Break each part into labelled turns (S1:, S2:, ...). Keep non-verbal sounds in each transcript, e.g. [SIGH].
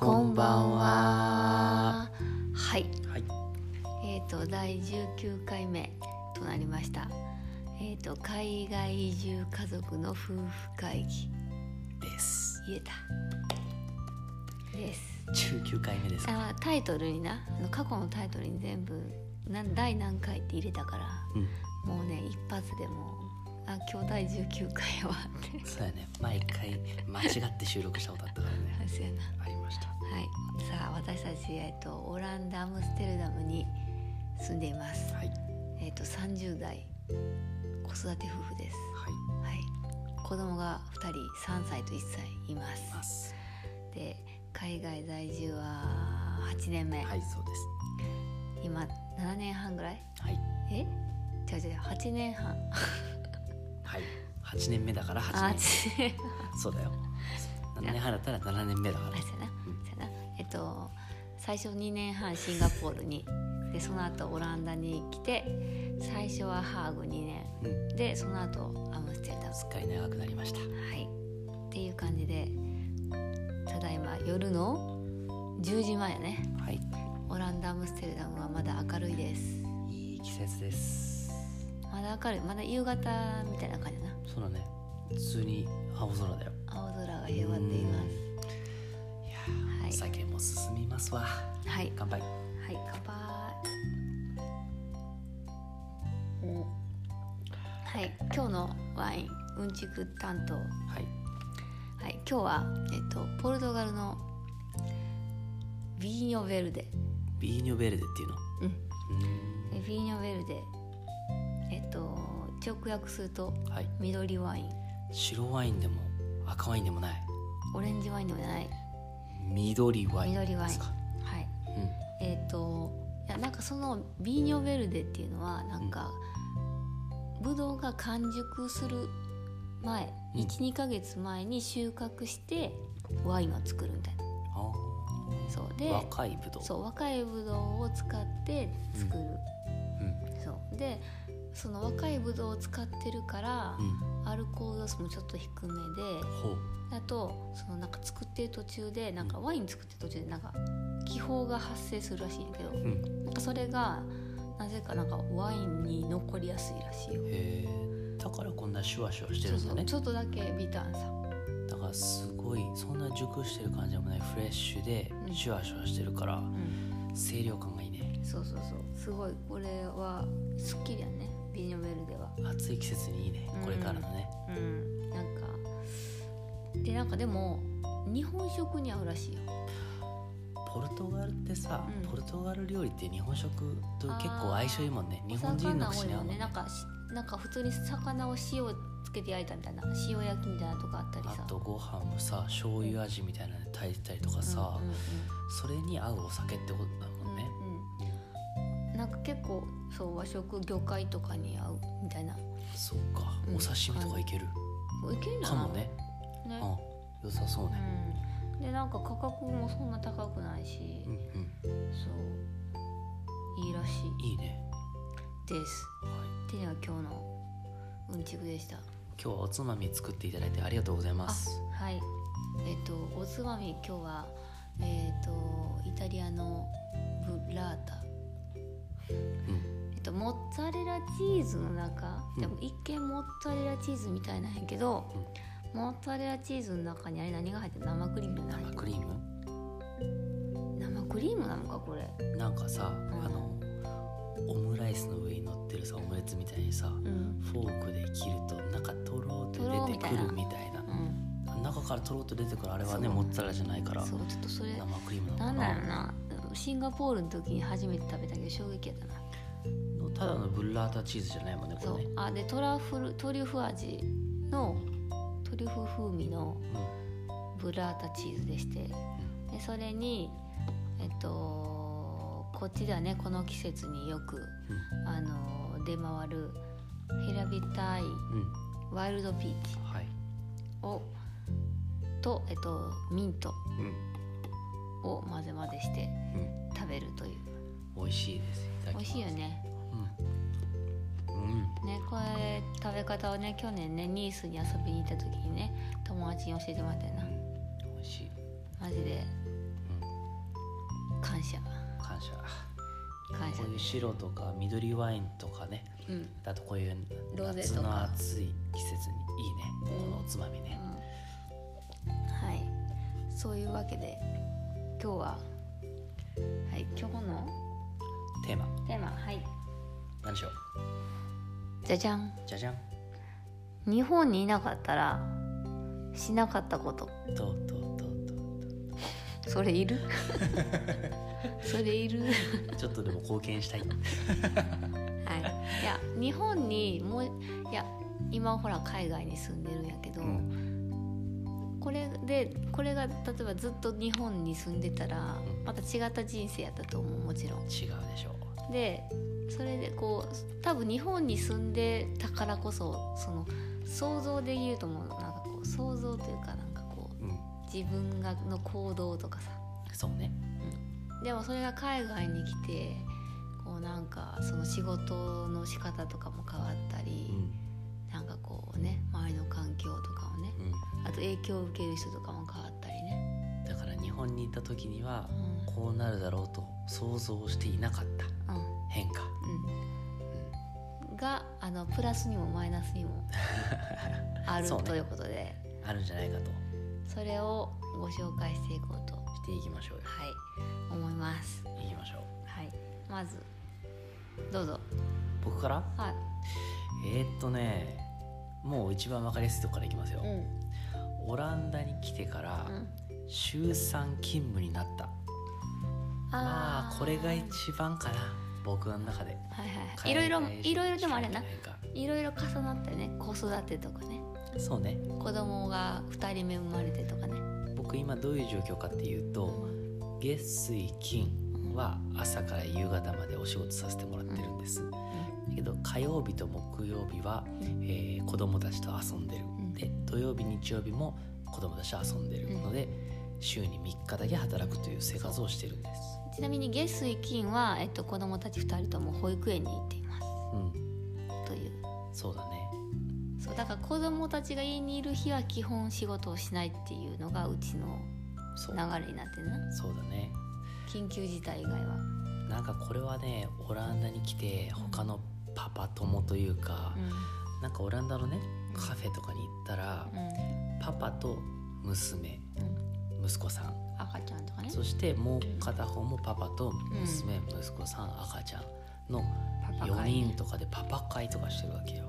S1: ばんは。
S2: はい、
S1: はい、
S2: えっ、と第19回目となりました。えっ、と海外移住家族の夫婦会議
S1: です。
S2: 言えたです。
S1: 19回目ですか。
S2: あタイトルになあの過去のタイトルに全部なん第何回って入れたから
S1: うん、
S2: もうね一発でもうあ今日第19回はって
S1: そうやね。毎回間違って収録したことあったからね。
S2: 話やな。
S1: ありました。
S2: はい、さあ私たち、えっと、オランダ・アムステルダムに住んでいます、
S1: はい、
S2: えっと、30代子育て夫婦です、
S1: はい、
S2: はい、子供が2人3歳と1歳います
S1: います。
S2: で海外在住は8年目、
S1: はい、そうです。
S2: 今7年半ぐらい
S1: はい、
S2: え違う違う8年半
S1: はい。8年目だから
S2: あ
S1: 8年。
S2: 8年半
S1: そうだよ。7年半だったら7年目だか
S2: あ
S1: ら
S2: れ。そうやなそうやなえっと最初2年半シンガポールにでその後オランダに来て最初はハーグ2年
S1: うん、
S2: でその後アムステルダム
S1: すっかり長くなりました。
S2: はいっていう感じでただいま夜の10時前やね
S1: はい、
S2: オランダアムステルダムはまだ明るいです
S1: いい季節です。
S2: まだ明るいまだ夕方みたいな感じやな
S1: そうだね。普通に青空だよ。
S2: 青空が広がっています
S1: いやー、
S2: はい
S1: お酒も進みますわ。
S2: はい
S1: 乾杯。
S2: はい乾杯はい今日のワインうんちく担当
S1: はい。
S2: はい、今日は、えっと、ポルトガルのビーニョベルデ、
S1: ビーニョベルデっていうの。う
S2: うん、でビーニョベルデ、えっと、直訳すると
S1: ーんはい。
S2: 緑ワイン
S1: 白ワインでも赤ワインでもない。
S2: オレンジワインではない、
S1: 緑ワイン
S2: 緑ワイン
S1: ですか。
S2: はい
S1: うん。
S2: えっといやなんかそのビーニョベルデっていうのはなんか、ブドウが完熟する前
S1: うん
S2: 12ヶ月前に収穫してワインを作るみたいな
S1: あ
S2: そう
S1: ー
S2: で
S1: 若いブドウ。
S2: そう若いブドウを使って作る、
S1: うん。
S2: そうでその若いブドウを使ってるから、
S1: うん。
S2: アルコール度数もちょっと低めで
S1: ほう。
S2: あとそのなんか作ってる途中でなんかワイン作ってる途中でなんか気泡が発生するらしいんだけど
S1: うん。
S2: なんかそれがなぜかなんかワインに残りやすいらしいよ。
S1: へえ。だからこんなシュワシュワして
S2: そ
S1: る
S2: うんそ
S1: だ
S2: う
S1: ね。
S2: ちょっとだけビターンさ
S1: だからすごいそんな熟してる感じでもないフレッシュで
S2: うん
S1: シュワシュワしてるから
S2: うん
S1: 清涼感がいいね。
S2: そうそうそうすごいこれはすっきりやねビニョベルでは
S1: 暑い季節にいいね
S2: うん。
S1: これからのね。
S2: うんなんかでなんかでも日本食に合うらしいよ
S1: ポルトガルってさ、
S2: うん
S1: ポルトガル料理って日本食と結構相性いいもんね。日本人の
S2: お魚多
S1: 口
S2: い
S1: に合
S2: よ
S1: うもん
S2: ね
S1: ね。
S2: なんかしなんか普通に魚を塩つけて焼いたみたいな塩焼きみたいなとこあったり
S1: あ
S2: さ
S1: とご飯もさ醤油味みたいなので炊いてたりとかさ、
S2: うんうん
S1: それに合うお酒ってことだもんね、
S2: うんうんなんか結構そう和食魚介とかに合うみたいな
S1: そうか、
S2: うん
S1: お刺身とかいける
S2: いけんじゃ
S1: か
S2: ない
S1: もね、
S2: ね
S1: うん、良さそうね、
S2: うんでなんか価格もそんな高くないし、
S1: うんう
S2: そういいらし
S1: ん、いいね、
S2: いです
S1: はい、
S2: っていうのが今日のうんちくでした
S1: 今日はおつまみ作っていただいてありがとうございます
S2: はい。えっ、とおつまみ今日はえっ、とイタリアのブラータ。
S1: うん
S2: えっとモッツァレラチーズの中、
S1: うん
S2: でも一見モッツァレラチーズみたいなんやけど、モッツァレラチーズの中にあれ何が入ってる生クリームが入
S1: 生
S2: ってる
S1: クリーム
S2: 生クリームなのかこれ
S1: なんかさ、
S2: ん
S1: あのオムライスの上に乗ってるさオムレツみたいにさ、
S2: うん、
S1: フォークで切ると中とろー
S2: とろ
S1: と
S2: ー
S1: 出
S2: み
S1: て
S2: た
S1: く
S2: いな
S1: るみたいな
S2: うん、
S1: 中からとろーと出てくるあれはね
S2: そう
S1: モッツァレラじゃないから
S2: そ
S1: 生
S2: うちょっとそれ
S1: クリームなの
S2: な
S1: かな
S2: んだろうなシンガポールの時に初めて食べたけど衝撃やったな
S1: のただのブッラータチーズじゃないもんね
S2: そ
S1: こ
S2: う
S1: れね
S2: あでトラフルトリュフ味のトリュフ風味のブラータチーズでしてでそれにえっとこっちではねこの季節によくあの出回る平べったい
S1: うん、うんうん
S2: ワイルドピーチ
S1: はい、
S2: をと、えっと、ミント
S1: うん
S2: を混ぜ混ぜして
S1: う
S2: 食べるという
S1: 美味しいですいただき
S2: 美
S1: ま
S2: 味
S1: す
S2: しいよね
S1: うん、うん、
S2: ねこれ食べ方をね去年ねニースに遊びに行った時にね友達に教えてもらったよな
S1: 美味しい、
S2: マジで
S1: う
S2: 感謝
S1: 感謝
S2: 感謝
S1: こういう白とか緑ワインとかね
S2: うん、う
S1: あとこういう
S2: ロゼ
S1: 夏
S2: と
S1: の
S2: か
S1: 暑い季節にいいねこのおつまみね
S2: んはいそういうわけで今日ははい今日の
S1: テーマ
S2: テーマはい
S1: 何でしょう
S2: じゃじゃん
S1: じゃじゃん
S2: 日本にいなかったらしなかったこと
S1: とうとうとうと
S2: それいる [LAUGHS] それいる
S1: うちょっとでも貢献したい
S2: はいいや日本にもういや今ほら海外に住んでるんやけど、
S1: うん
S2: これでこれが例えばずっと日本に住んでたら
S1: うん
S2: また違った人生やったと思うもちろん。
S1: 違うでしょう
S2: でそれでこう多分日本に住んでたからこそその想像で言うともうなんかこう想像というかなんかこう
S1: うん
S2: 自分がの行動とかさ
S1: そうね
S2: でもそれが海外に来てこうなんかその仕事の仕方とかも変わった
S1: う
S2: り、
S1: ん
S2: なんかこうね周りの環境とかをね
S1: う
S2: あと影響を受ける人とかも変わったりね、
S1: んだから日本にいた時には
S2: うん
S1: こうなるだろうと想像していなかった
S2: う
S1: 変化
S2: んうん、があのプラスにもマイナスにもあ
S1: [LAUGHS]
S2: る
S1: そうね
S2: ということで
S1: あるんじゃないかと
S2: それをご紹介していこうと、は
S1: していきましょうよ
S2: い、思います、
S1: いきましょう
S2: はい、まずどうぞ
S1: 僕から
S2: はい
S1: えー、っとねもう一番分かりやすいとこからいきますよ、
S2: うん
S1: オランダに来てから
S2: うん
S1: 週3勤務になった、まあ
S2: ー
S1: これが一番かな僕の中で
S2: はいはいはいいろいろ
S1: 海外
S2: いろいろでもあれや
S1: し
S2: な
S1: かいないか
S2: いろいろ重なってね子育てとかね
S1: そうね
S2: 子供が2人目生まれてとかね
S1: 僕今どういう状況かっていうと月水金は朝から夕方までお仕事させてもらってるんです、だけど火曜日と木曜日は、えー子供たちと遊んでる、
S2: ん
S1: で土曜日日曜日も子供たちと遊んでるので、週に3日だけ働くという生活をしてるんです、
S2: ちなみに月水金は、えっと、子供たち2人とも保育園に行っています
S1: うん、
S2: という
S1: そうだね
S2: そうだから子供たちが家にいる日は基本仕事をしないっていうのがうちの
S1: そう
S2: 流れになってるな
S1: そうだね
S2: 緊急事態以外は
S1: なんかこれはねオランダに来て他のパパ友というか、なんかオランダのねカフェとかに行ったら、
S2: うん、うん
S1: パパと娘息子さん
S2: 赤ちゃんとかね
S1: そしてもう片方もパパと娘、息子さん赤ちゃんの
S2: パパ
S1: 4
S2: 会ね
S1: 人とかでパパ会とかしてるわけよ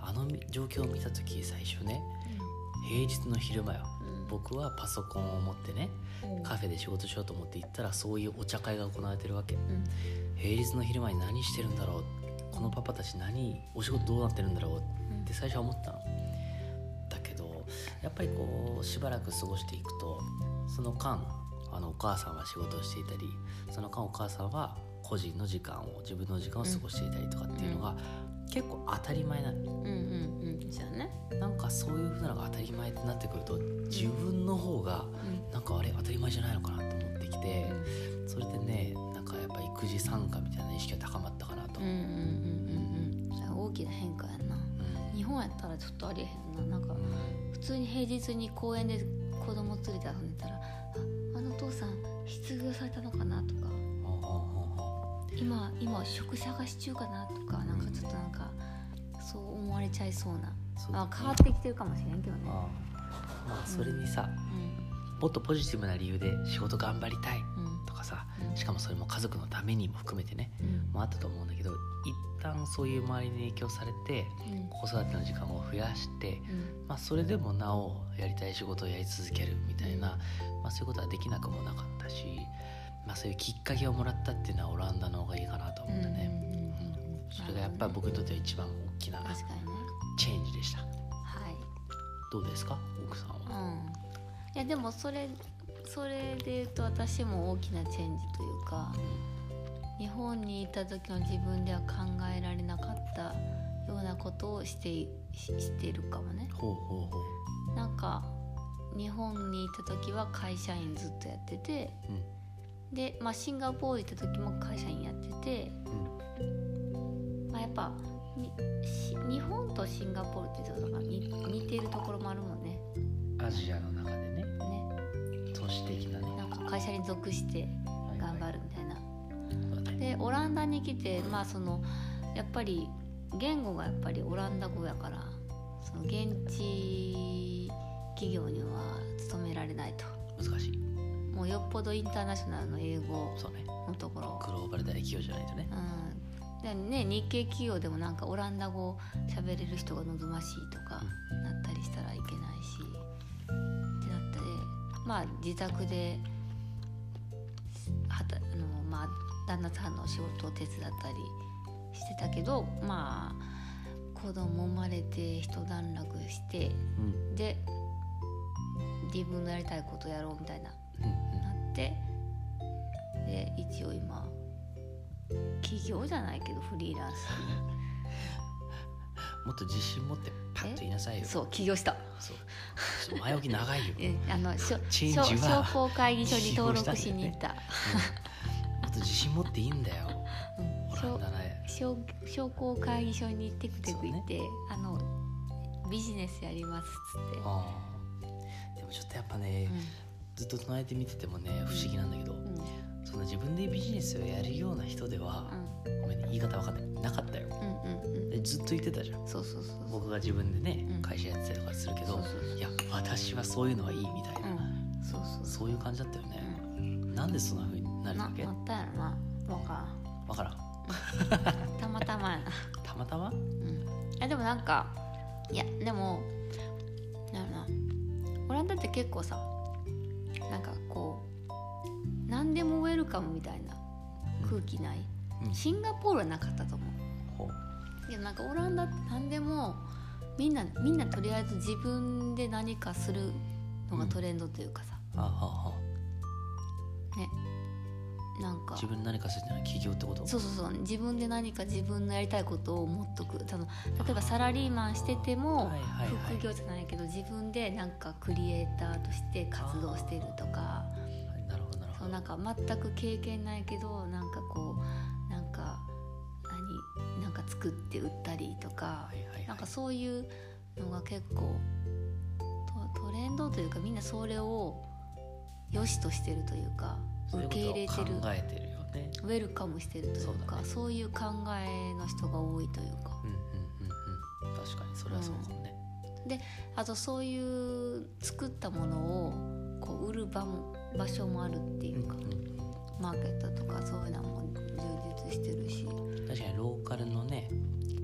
S1: あの状況を見た時最初ね平日の昼間よ
S2: うん
S1: 僕はパソコンを持ってね
S2: うん
S1: カフェで仕事しようと思って行ったらそういうお茶会が行われてるわけ
S2: うん
S1: 平日の昼間に何してるんだろうこのパパたち何お仕事どうなってるんだろうって最初は思ったのだけどやっぱりこうしばらく過ごしていくとその間あのお母さんは仕事をしていたりその間お母さんは個人の時間を自分の時間を過ごしていたりとかっていうのが結構当たり前な
S2: うんうんうんそうやね
S1: なんかそういうふうなのが当たり前ってなってくると自分の方が
S2: うん
S1: なんかあれ当たり前じゃないのかなと思ってきてそれでねなんかやっぱ育児参加みたいな意識が高まったかなと
S2: うんうんうんうんうんそれは大きな変化やな日本やったらちょっとありえへんななんか
S1: うん
S2: 普通に平日に公園で子供連れて遊んでたらああのお父さん失業されたのかなとか
S1: うんほうほうほうほう
S2: 今今職探し中かなとかなんかちょっとなんかそう思われちゃいそうな、
S1: そう
S2: まあ、変わってきてるかもしれんけどね、
S1: まあまあそれにさ
S2: うん
S1: もっとポジティブな理由で仕事頑張りたい
S2: うん
S1: とかさ
S2: うん
S1: しかもそれも家族のためにも含めてね
S2: うん
S1: もあったと思うんだけど一旦そういう周りに影響されて
S2: うん
S1: 子育ての時間を増やして、まあ、それでもなおやりたい仕事をやり続けるみたいな、まあ、そういうことはできなくもなかったし、まあ、そういうきっかけをもらったっていうのはオランダの方がいいかなと
S2: う
S1: 思
S2: ん
S1: うんだね、
S2: うんうん
S1: うんそれがやっぱり僕にとっては一番大きな
S2: 確かにね
S1: チェンジでした
S2: はい
S1: どうですか奥さんは、
S2: うんいやでもそれそれで言うと私も大きなチェンジというか日本にいた時の自分では考えられなかったようなことをしていししてるかもね
S1: ほうほうほう
S2: なんか日本にいた時は会社員ずっとやってて
S1: うん
S2: で、まあ、シンガポール行った時も会社員やってて、まあ、やっぱにし日本とシンガポールってちょっとなんか似似てるところもあるもんね
S1: アジアの中でね
S2: ね
S1: 都市的なね
S2: なんか会社に属して
S1: はいはい
S2: 頑張るみたいな。
S1: そうだね
S2: でオランダに来てまあそのやっぱり言語がやっぱりオランダ語やからその現地企業には勤められないと
S1: 難しい
S2: もうよっぽどインターナショナルの英語
S1: そうね
S2: のところ
S1: グローバル大企業じゃないとね
S2: うんでね日系企業でもなんかオランダ語喋れる人が望ましいとかなったりしたらいけないしってなってまあ自宅ではたあの、まあ、旦那さんの仕事を手伝ったりしてたけどまあ子供生まれて一段落して
S1: うん
S2: で自分のやりたいことやろうみたいな
S1: うん
S2: なってで一応今起業じゃないけどフリーラン
S1: うんもっと自信持ってパッと言いなさいよ
S2: スそう起業した
S1: そうちょっと前置き長
S2: [LAUGHS]
S1: いよ
S2: えあのしょ
S1: チェンジ
S2: 商
S1: は
S2: 商工会議所に登録しに行った
S1: うんもっと自信持っていいんだよ
S2: うん
S1: オランダね
S2: 商商工会議所にテクテク行って、あのビジネスやりますっつっ
S1: あーでもちょっとやっぱね、ず
S2: て、
S1: っと唱えて見ててもね不思議なんだけど、
S2: うんうん
S1: そんな自分でビジネスをやるような人では、ごめんね言い方分かんないなかったよ
S2: うんうんうんうん
S1: でずっと言ってたじゃん
S2: そうそうそうそう
S1: 僕が自分でね、
S2: うん
S1: 会社やってたりとかするけど
S2: そうそうそう
S1: いや私はそういうのはいいみたいな、
S2: うんそうそうそう
S1: そういう感じだったよね、なんでそんな風にな
S2: うん
S1: る
S2: な
S1: わけ
S2: なったやろなわか
S1: わからん
S2: んたまたまやな
S1: たまたま
S2: うん、あでもなんかいやでもなんだろうなオランダって結構さなんかこう何でもウェルカムみたいな空気ない、
S1: うん
S2: シンガポールはなかったと思う
S1: ほう
S2: けどなんかオランダって何でもみんなみんなとりあえず自分で何かするのがトレンドというかさ、
S1: あはあは
S2: ねなん
S1: あ
S2: か
S1: 自分で何かするってのは起業ってこと
S2: そうそうそう自分で何か自分のやりたいことを持っとくその例えばサラリーマンしてて
S1: はい
S2: も、
S1: はいはい
S2: 副業じゃないけど自分でなんかクリエイターとして活動してるとか
S1: はいなるほどなる
S2: そ
S1: ほ
S2: う
S1: ど
S2: なんか全く経験ないけどなんかこうなんか何なんか作って売ったりとか
S1: はいはいはい
S2: なんかそういうのが結構トトレンドというかみんなそれを良しとしてるというか
S1: そうい
S2: 受
S1: うこ
S2: け入れてる
S1: とを考えてるよね
S2: ウェルカムしてるという
S1: そうだ
S2: か
S1: ね
S2: そういう考えの人が多いというか。
S1: うんうんうんうん確かにそれはそうかもね、
S2: あとそういう作ったものをこう売る場も場所もあるっていうか、マーケットとかそういうのも充実してるし、
S1: 確かにローカルのね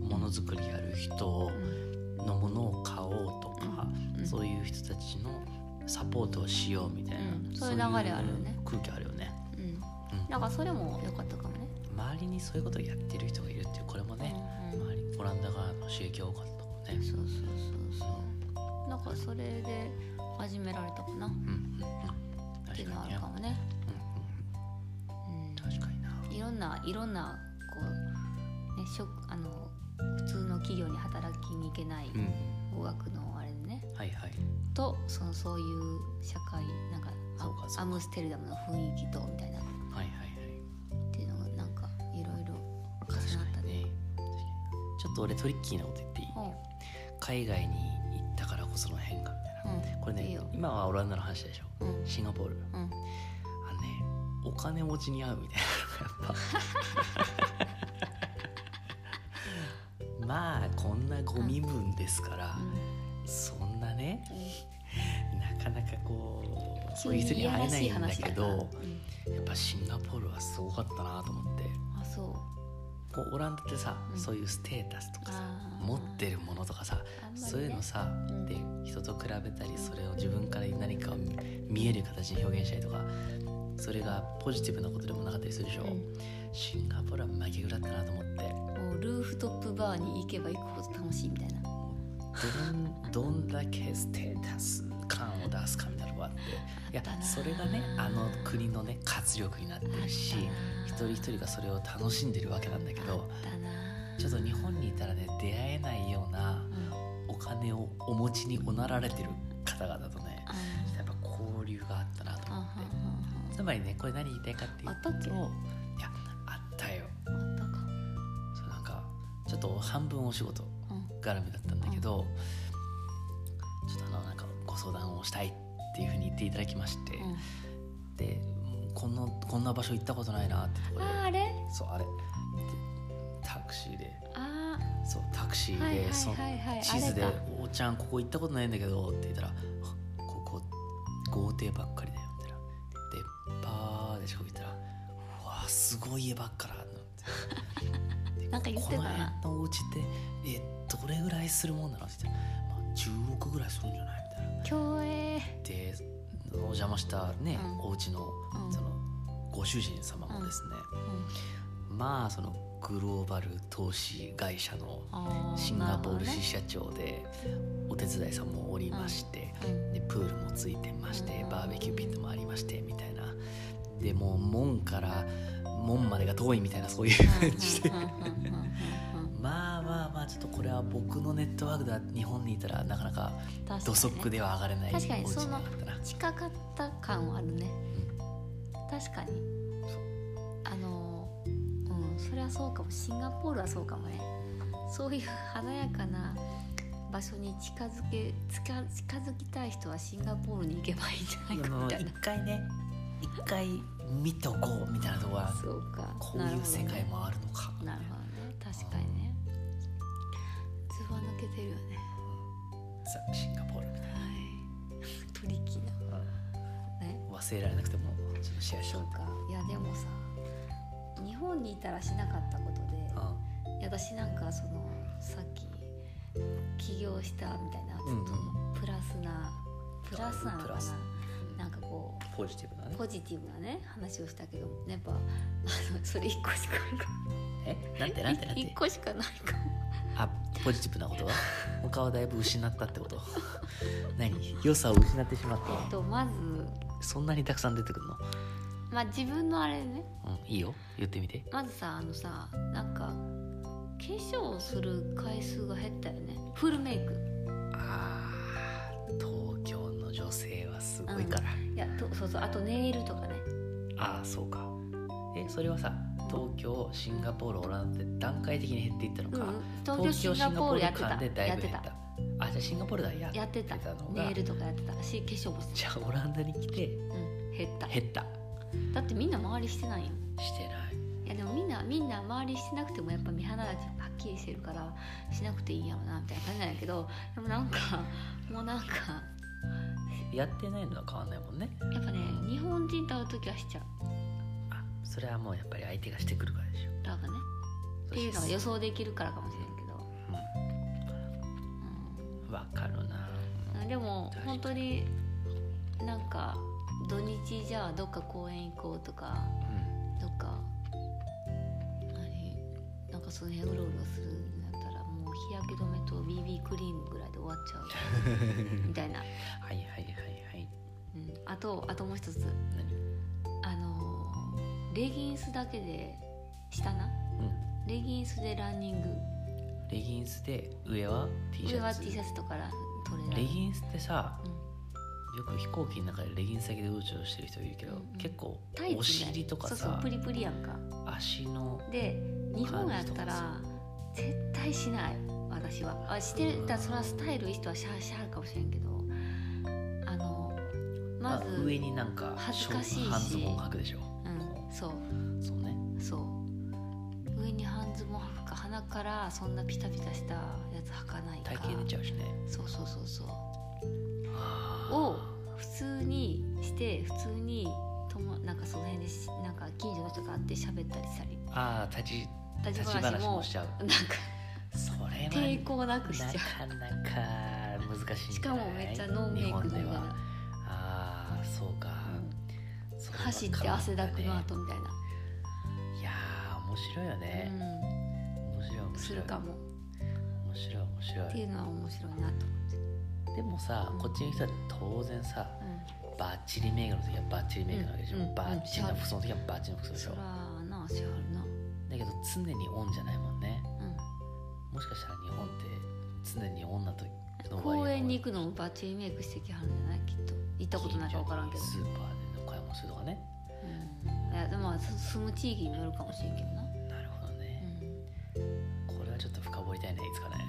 S1: ものづくりやる人
S2: うん
S1: のものを買おうとか、
S2: うん
S1: そういう人たちのサポートをしようみたいな、
S2: うんそういう流れあるよね
S1: そういう空気あるよね、
S2: うん、
S1: うん
S2: だからそれも良かったかもね。
S1: 周りにそういうことをやってる人がいるっていうこれもね、
S2: うんうん
S1: 周りオランダ側の刺激が多かったもんね、
S2: そうそうそうそう。だからそれで始められたかなっ
S1: うんうんうん、
S2: てい
S1: 確
S2: うのは
S1: か
S2: あ
S1: に
S2: る
S1: ね
S2: か、もね。
S1: うん
S2: うん
S1: うん、確かにない
S2: ろんないろんなこうね職あの普通の企業に働きに行けない
S1: うん
S2: 語学のあれでね。
S1: はいはい
S2: とそのそういう社会なんかあ
S1: そうかそうか
S2: アムステルダムの雰囲気とみたいなっ
S1: はいはいはい
S2: ていうのがなんかいろいろ重な
S1: 確
S2: った
S1: か
S2: ね。
S1: にね確かにちょっと俺トリッキーなこと言っていい
S2: おう
S1: 海外に行ったからこその変化みたいな、
S2: うん
S1: これね
S2: いいよ
S1: 今はオランダの話でしょ
S2: うん
S1: シンガポール
S2: うん
S1: あのねお金持ちに合うみたいなのがやっぱまあこんなご身分ですから、そんなねなかなかこうそういう人に会えないんだけ
S2: うん
S1: ど
S2: うん
S1: やっぱシンガポールはすごかったなと思って
S2: あそう
S1: こうオランダってさ、
S2: うん
S1: そういうステータスとかさ
S2: あー
S1: 持ってるものとかさ
S2: あんまりね
S1: そういうのさ、
S2: うん
S1: で人と比べたりそれを自分から何かを見見える形に表現したりとかそれがポジティブなことでもなかったりするでしょ、
S2: うん
S1: シンガポールは真逆だったなと思って
S2: もうルーフトップバーに行けば行くほど楽しいみたいな。
S1: どん [LAUGHS] どんだけステータス感を出すかみたいなのがあっていや
S2: あったな
S1: それがねあの国のね活力になってるし
S2: あ
S1: 一
S2: った
S1: 人
S2: な
S1: 一人がそれを楽しんでるわけなんだけど
S2: だな
S1: ちょっと日本にいたらね出会えないような
S2: う
S1: お
S2: ん
S1: 金をお持ちにおなられてる方々とね
S2: あ
S1: やっぱ交流があったなと
S2: ー
S1: 思
S2: はん
S1: っ
S2: はん
S1: てつまりねこれ何言いたいかっていうと
S2: あったっけ
S1: いやあったよ
S2: はんはんあったか
S1: そうなんかちょっと半分お仕事
S2: うん
S1: 絡みだったんだけど、ちょっとあのなんかご相談をしたいっていうふうに言っていただきまして、
S2: うん
S1: でうんこんなこんな場所行ったことないなってとこで
S2: あーあれ
S1: そうあれでタクシーで
S2: あ
S1: そうタクシ
S2: ーはい
S1: ー
S2: はい
S1: でその
S2: はいはい
S1: 地図で
S2: あれか
S1: 「おちゃんここ行ったことないんだけど」って言ったら「あここ豪邸ばっかりだよ」みたいなでバーでしょ行ったら「うわすごい家ばっかだ」なんて
S2: なんか言って
S1: こ
S2: た
S1: の
S2: な
S1: 辺のお家ってえどれぐらいするもんなの?」って言ったら「まあ、10億ぐらいするんじゃない?」みたいな。
S2: 競泳
S1: でお邪魔したね、
S2: うん
S1: お家の
S2: うん
S1: そのご主人様もですね、
S2: うん
S1: まあそのグローバル投資会社の
S2: あー
S1: シンガポール
S2: なる
S1: 支社長でお手伝いさんもおりまして、
S2: ほどね
S1: でプールもついてまして
S2: うん
S1: バーベキューピットもありましてみたいなでもう門から門までが遠いみたいなそういう感じで
S2: うんうんうんうんうんうん
S1: まあまあまあちょっとこれは僕のネットワークでは日本にいたらなかなか
S2: 確かにね
S1: 土足では上がれないお家
S2: 確かに
S1: に
S2: そ
S1: な
S2: の
S1: ったな
S2: 近かった感はあるね、確かに
S1: そう
S2: あのうんそれはそうかもシンガポールはそうかもねそういう華やかな場所に近づけ近近づきたい人はシンガポールに行けばいいんじゃないかみたい
S1: 一
S2: な
S1: 回ね一回見とこうみたいなとこは
S2: そうか
S1: こういう世界もあるのか
S2: なるほどね確かにねずば抜けてるよね
S1: さシンガポールみたい
S2: はいトリキーな
S1: な
S2: ね
S1: 忘れられなくてもちょっとシェアし
S2: そ
S1: よ
S2: う
S1: う
S2: かいやでもさ日本にいたらしなかったことで
S1: あ
S2: いや私なんかそのさっき起業したみたいなち
S1: うんう
S2: ょ
S1: ん
S2: っとプラスな、プラスなの
S1: プ
S2: か
S1: ラス
S2: ななんかこ
S1: ポジティブな
S2: う
S1: ね
S2: ポジティブなね話をしたけどやっぱあのそれ一個しか
S1: えなんてなんてなん
S2: 一
S1: て
S2: 個しかないかも
S1: あポジティブなことは他はだいぶ失ったってこと [LAUGHS] 何良さを失ってしまっ
S2: えっとまず
S1: たそんなにたくさん出てくるの
S2: まあ自分のあれね
S1: うんいいよ言ってみて
S2: まずさあのさなんか化粧をする回数が減ったよねフルメイク
S1: あー東京の女性はすごいから、
S2: いやとそうそうあとネイルとかね
S1: ああそうかえそれはさ東京シンガポールオランダって段階的に減っていったの
S2: う
S1: か、
S2: ん、東京シンガポールやってた
S1: 東京シンガポール間でだい
S2: やっ
S1: ぶ
S2: て
S1: 減ったたあじゃあシンガポールだや
S2: やってた
S1: やってたのが
S2: ネイルとかやってたし化粧もす
S1: じゃあオランダに来て
S2: る、うん、減った
S1: 減った
S2: だってみんな周りしてないよ
S1: してない
S2: いやでもみんなみんな周りしてなくてもやっぱ目鼻立ちはっきりしてるからしなくていいんやろなみたいな感じなんやけどでも [LAUGHS] なんかもうなんか
S1: やってないのは変わんないもんね
S2: やっぱね日本人と会う時はしちゃう
S1: あそれはもうやっぱり相手がしてくるからでしょ
S2: だからねっていうのが予想できるからかもしれんけど、
S1: うんわかるな
S2: うん、でも
S1: 確かに
S2: 本当になんか土日じゃあどっか公園行こうとか
S1: うん
S2: どっか何なんかその辺うろうろするんだったらもう日焼け止めと BB クリームぐらいで終わっちゃうみたい
S1: [LAUGHS]
S2: な、
S1: はいはいはいはい
S2: うん、あとあともう一つ
S1: 何
S2: あのーレギンスだけで下な
S1: うん
S2: レギンスでランニング
S1: レギンスで上は T シ
S2: 上
S1: ャ
S2: は
S1: ツ
S2: T シャツとからトレーラー
S1: レギンスってさ
S2: うん
S1: よく飛行機の中でレギンス先でうろちょろしてる人いるけど、
S2: うんうん
S1: 結構
S2: タイツね
S1: お尻とか
S2: そうそう
S1: さ
S2: プリプリやんか
S1: 足の
S2: で日本やったら絶対しない私はあしてるだからそれはスタイルいい人はしゃしはるかもしれんけどあのまず、
S1: あ上になんか
S2: 恥ずかしいし
S1: 半ズボン履くでしょ
S2: うん、そう
S1: そうね
S2: そう上に半ズボン履くか鼻からそんなピタピタしたやつ履かないか
S1: 体型出ちゃうしね
S2: そうそうそうそう
S1: あー
S2: を普通にして普通にともなんかその辺でしなんか近所の人が会って喋ったりしたり
S1: あー立ち立
S2: 立
S1: ち
S2: ち話
S1: 話
S2: も
S1: もしちゃう
S2: なんか
S1: それは
S2: 抵抗なくしちゃ
S1: な
S2: う
S1: かなか難しいんじゃない
S2: しかもめっちゃノーメイク
S1: 日
S2: の
S1: 本で
S2: よう
S1: は
S2: な
S1: ああそうか、それは
S2: 走って汗だくの後
S1: 変わ
S2: みたいな、
S1: ったねいやー面白いよね、面白い面
S2: うん、
S1: 白い
S2: するかも
S1: 面白い面白
S2: ってい
S1: いう
S2: のは面白いなと思って、
S1: でもさ
S2: うん
S1: こっちの人は当然さバッチリメイクの時はバッチリメイクなわけでしょ、
S2: うんうん
S1: バッチリな服装の時はバッチリの服装
S2: うん、
S1: でし
S2: そ
S1: ょ、
S2: らなしはるな、
S1: だけど常にオンじゃないもんね
S2: う
S1: もしかしたら日本って常に女と
S2: ん、公園に行くのもバッチリメイクしてきはるんじゃないきっと行ったことないか分からんけど
S1: 近、所にスーパーでの買い物するとかね
S2: うん、いやでもまあそ住む地域によるかもしれんけどな、
S1: なるほどね、
S2: う
S1: これはちょっと深掘りたいねいつかね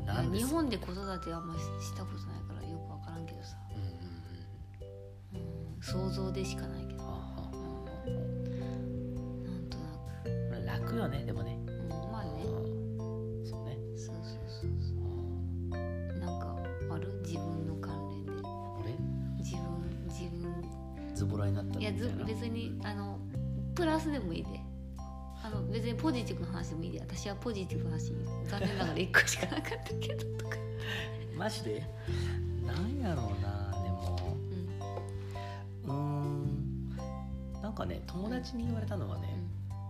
S2: ん、な
S1: な
S2: あ
S1: ん
S2: い
S1: で
S2: や
S1: す
S2: 日本で子育てあんまししたことないからよく分からんけどさ、
S1: うんうんうん
S2: うん、想像でしかないけど、
S1: ああああ
S2: うんなんとな
S1: 楽よねでもね
S2: く、うん、まあね
S1: うんそうね
S2: そうそうそう
S1: うん
S2: そうなんかある自分の関連で
S1: 俺
S2: 自分自分
S1: ズボラになったみ
S2: い
S1: たい
S2: や
S1: な
S2: ず別にあのプラスでもいいであの別にポジティブな話でもいいで私はポジティブな話残念ながら1個しかなかったけどとか、
S1: マジでなんやろうなでもうー
S2: うん
S1: んなんかね友達に言われたのはね、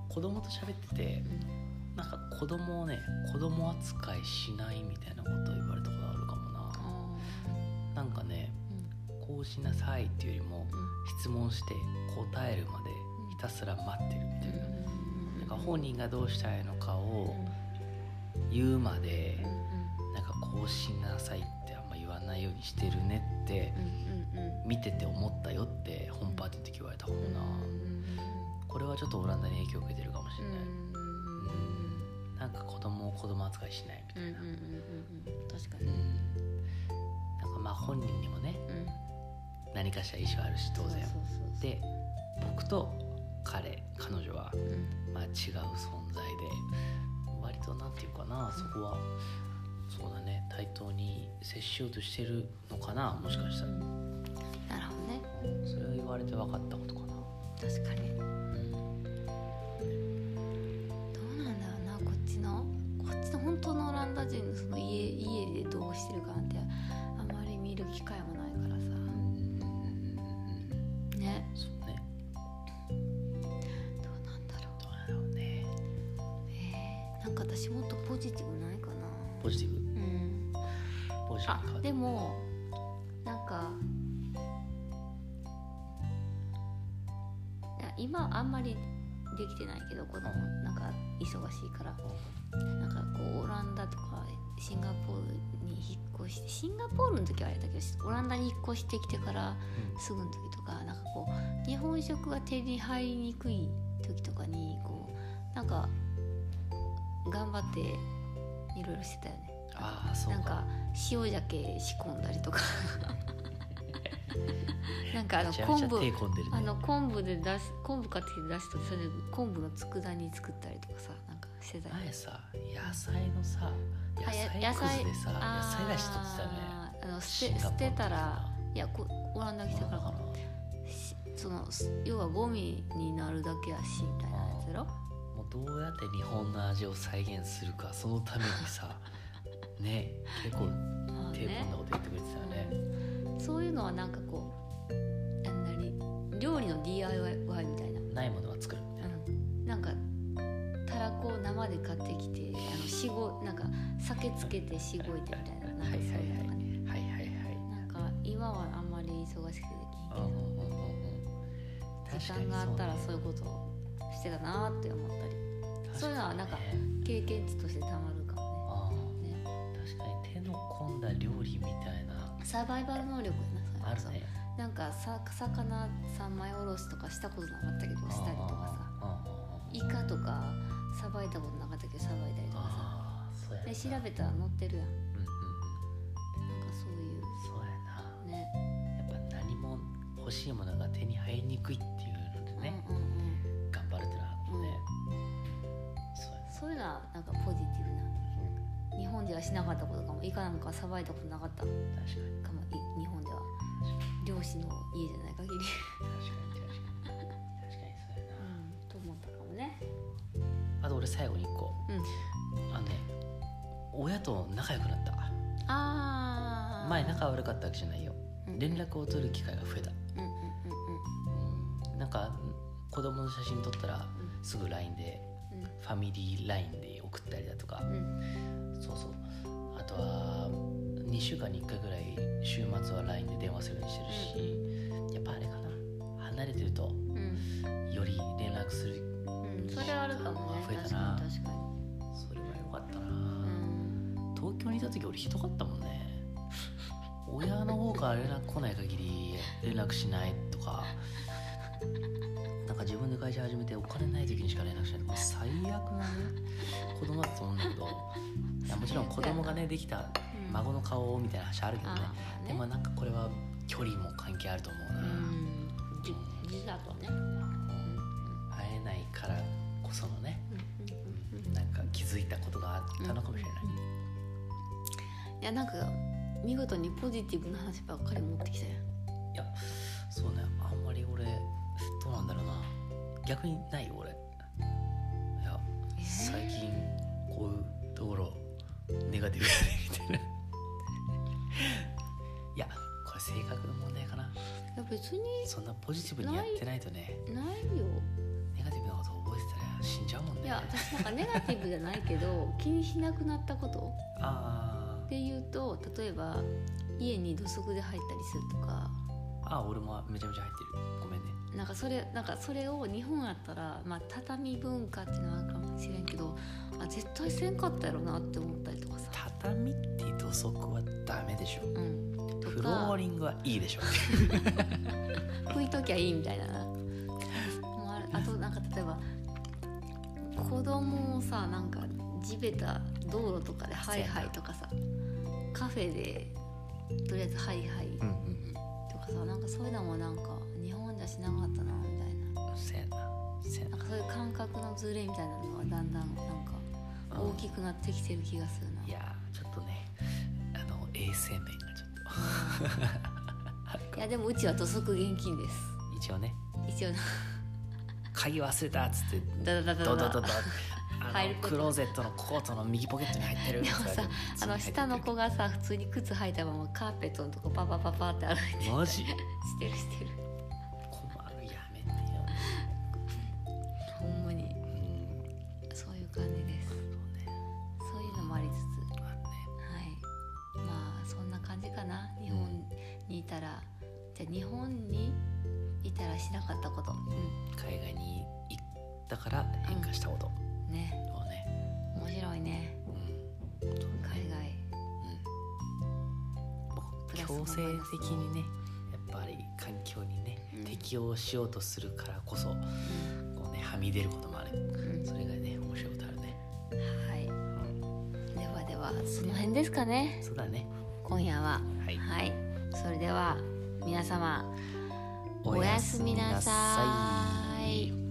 S1: 子供と喋ってて
S2: うんうん
S1: なんか子供をね子供扱いしないみたいなことを言われたことあるかもな
S2: あ
S1: なんかね
S2: ーうん
S1: こうしなさいっていうよりも質問して答えるまでひたすら待ってるみたいな,、
S2: うん
S1: なんか本人がどうしたいのか
S2: うん
S1: を言うまで
S2: うん
S1: なんかこうしなさいってあんま言わないようにしてるねって
S2: うんうんうん
S1: 見てて思ったよって本パーティーの時言われたかもなこれはちょっとオランダに影響を受けてるかもしれない、うん、なんか子供を子供扱いしないみたいな、
S2: 確か
S1: う
S2: に、
S1: ん、なんかまあ本人にもね
S2: うん、
S1: 何かしら意思はあるし当然
S2: そうそうそう
S1: で僕と彼彼女は
S2: そう、うん
S1: まあ違う存在で割となんていうかなそこはそうだね対等に接しようとしてるのかなもしかしたら、
S2: なるほどね
S1: うんそれを言われて分かったことかな、
S2: 確かにど
S1: うん
S2: うなんだろうなこっちのこっちの本当のオランダ人のその家家でどうしてるかなんてあまり見る機会もないからさね
S1: そうね
S2: どうなんだろ
S1: どうだろうね
S2: うえー、なんか私もっとポジティブないかな
S1: ポジティブ
S2: うん
S1: ポジティ
S2: あ
S1: ブに変わって
S2: でもなんかいや今あんまりできてないけど子
S1: う
S2: 供
S1: ん
S2: なんか忙しいからなんかこうオランダとかシンガポールに引っ越してシンガポールの時はあれだけどオランダに引っ越してきてからすぐの時とかなんかこう日本食が手に入りにくい時とかにこうなんか頑張っていろいろしてたよね。
S1: ああそう
S2: なん
S1: か
S2: か塩鮭仕込んだ
S1: [LAUGHS]
S2: りとかなんかあ
S1: め
S2: の
S1: ちゃめち
S2: 昆
S1: ゃ手
S2: 布
S1: 込んでるね
S2: あの昆布で出し昆布買ってきて出しとそれで昆布の佃煮作ったりとかさなんかしてたよ
S1: 前さ野菜のさ野
S2: あ
S1: 菜
S2: や
S1: くずでさ
S2: あー
S1: 野菜出しとってたよね
S2: あの捨
S1: シン
S2: て
S1: ガ
S2: 捨
S1: ポール
S2: て
S1: の時
S2: たらいやこオランダ来てからかなしそのす要はゴミになるだけやしみたいなやつやろ
S1: もうどうやって日本の味を再現するかそのために
S2: [LAUGHS]
S1: さね結構
S2: まあ
S1: 手込んだこと言ってくれてたよね
S2: そういうのはなんかこうあんなに料理の DIY みたいな
S1: ないものは作るみたいな、
S2: うんなんかたらこを生で買ってきてあのしごなんか酒つけてしごいてみたいななんかそういうのがね
S1: はいはいはい
S2: なんか今はあんまり忙しくでき
S1: うんう
S2: ん
S1: んうんうん
S2: けど時間があったらそういうことをしてたなーって思ったりそういうのはなんか
S1: 確にね
S2: 経験値としてたまるかも
S1: あ
S2: ねね
S1: ー確かに手の込んだ料理みたいな
S2: サバイバル能力やな
S1: あ
S2: そ
S1: る
S2: れ
S1: ね
S2: こそなんかさ魚三枚おろしとかしたことなかったけどしたりとか
S1: あーあ
S2: さ
S1: ー
S2: イカとかさばいたことなかったけどさばいたりとかさ
S1: あーそうやな
S2: で調べたら載ってるやん
S1: うんうんうん
S2: なんかそうい
S1: そうやな
S2: うね
S1: やっぱ何も欲しいものが手に入りにくいっていうのでね、
S2: うんうんうん、
S1: 頑張るってのはあるもんね、そうや
S2: そういうのはなんかポジティブな日本ではしなかったことかもイカなんかさばいたことなかったかも
S1: な確かに
S2: い日本では
S1: 確か
S2: 漁師の家じゃない限り、
S1: に確かに確かに確かにそうやな、
S2: [LAUGHS] と思ったかもね
S1: あと俺最後に一個
S2: うん
S1: あのね親と仲良くなった
S2: ああ
S1: 前仲悪かったわけじゃないよ連絡を取る機会が増えた、
S2: うんうん
S1: うん、なんか子供の写真撮ったらすぐ LINE で
S2: うんうん
S1: ファミリー LINE で送ったりだとか、
S2: うんうん
S1: そうそうあとは2週間に1回ぐらい週末は LINE で電話するようにしてるしやっぱあれかな離れてると
S2: うん
S1: より連絡する
S2: うんそれはあるかもね
S1: 増え
S2: 確
S1: た
S2: か
S1: な
S2: に確かに
S1: それは良かったな、
S2: うん
S1: 東京にいた時俺ひどかったもんね親の方から連絡来ない限り連絡しないとかなんか自分で会社始めてお金ない時にしか連絡しないとかもう最悪なね子供だと思うんだけどいやもちろん子供がねできた
S2: うん
S1: 孫の顔みたいな話あるけどね
S2: あーね
S1: でもなんかこれは距離も関係あると思う
S2: う
S1: な、
S2: んじ時事だとね
S1: うんそのね、
S2: うんうんうんうん
S1: なんか気づいたことがあったのかもしれない、
S2: いやなんか見事にポジティブな話ばっかり持ってきたよ
S1: いやそうねあんまり俺どうなんだろうな逆にないよ俺いや最近こういうところネガティブだねみたいないやこれ性格の問題かない
S2: や別に
S1: そんなポジティブにやってないとね
S2: ないよ
S1: ネガティブなこと覚えてたら死んじゃうもんね
S2: いや私なんかネガティブじゃないけど気にしなくなったこと
S1: あ
S2: で言うと例えば家に土足で入ったりするとか
S1: ーあー俺もめちゃめちゃ入ってるごめんね
S2: なんかそれなんかそれを日本あったら、まあ、畳文化っていうのはあるかもしれんけどあ絶対せんかったやろなって思ったりとかさ、
S1: 畳って土足はダメでしょ
S2: うん、と
S1: フロー
S2: か
S1: リングはいいでしょ
S2: 拭いときゃいいみたいななもうあるあとなんか例えば子供をさなんか地べた道路とかでハイハイとかさカフェでとりあえずハイハイ
S1: うんうんうん
S2: とかさなんかそういうのもなんか日本じゃしなかったなみたいな
S1: せやなせやな
S2: な
S1: ん
S2: かそういう感覚のズレみたいなのがだんだんなんか大きくなってきてる気がするな、
S1: いやーちょっとねあの衛生面がちょっ
S2: いやでもうちは土足厳禁です
S1: と一応ね
S2: 一応
S1: 鍵忘れたっつって
S2: ダダダダ
S1: ド
S2: ダ
S1: ドドドあ
S2: 入る
S1: の
S2: こと
S1: クローゼットのコートの右ポケットに入ってる
S2: でもさあの下の
S1: 子
S2: 子がさ普通に靴履いたままカーペットのとこパパパパって歩いて
S1: マジ
S2: してるしてる
S1: 困るやめてよ
S2: ほんま
S1: うん
S2: にそういう感じです
S1: そうね
S2: そういうのもありつつ
S1: まあね
S2: はいまあそんな感じかな日本にいたらじゃあ日本にいたらしなかったこと、う
S1: 海外に行ったから変化したこと
S2: ん、ね
S1: をね
S2: 面白いね
S1: うん
S2: 海外プ
S1: う
S2: ラ
S1: ん
S2: ス
S1: 強
S2: も
S1: 制
S2: マイナスも
S1: 的にねやっぱり環境にね
S2: うん
S1: 適応しようとするからこそこうねはみ出ることもある
S2: うん
S1: それがね面白いことあるね
S2: はい
S1: うん
S2: ではではその辺ですかね
S1: そうだね
S2: 今夜は
S1: はい
S2: はいそれでは皆様おやすみなさ
S1: おやすみなさい
S2: い。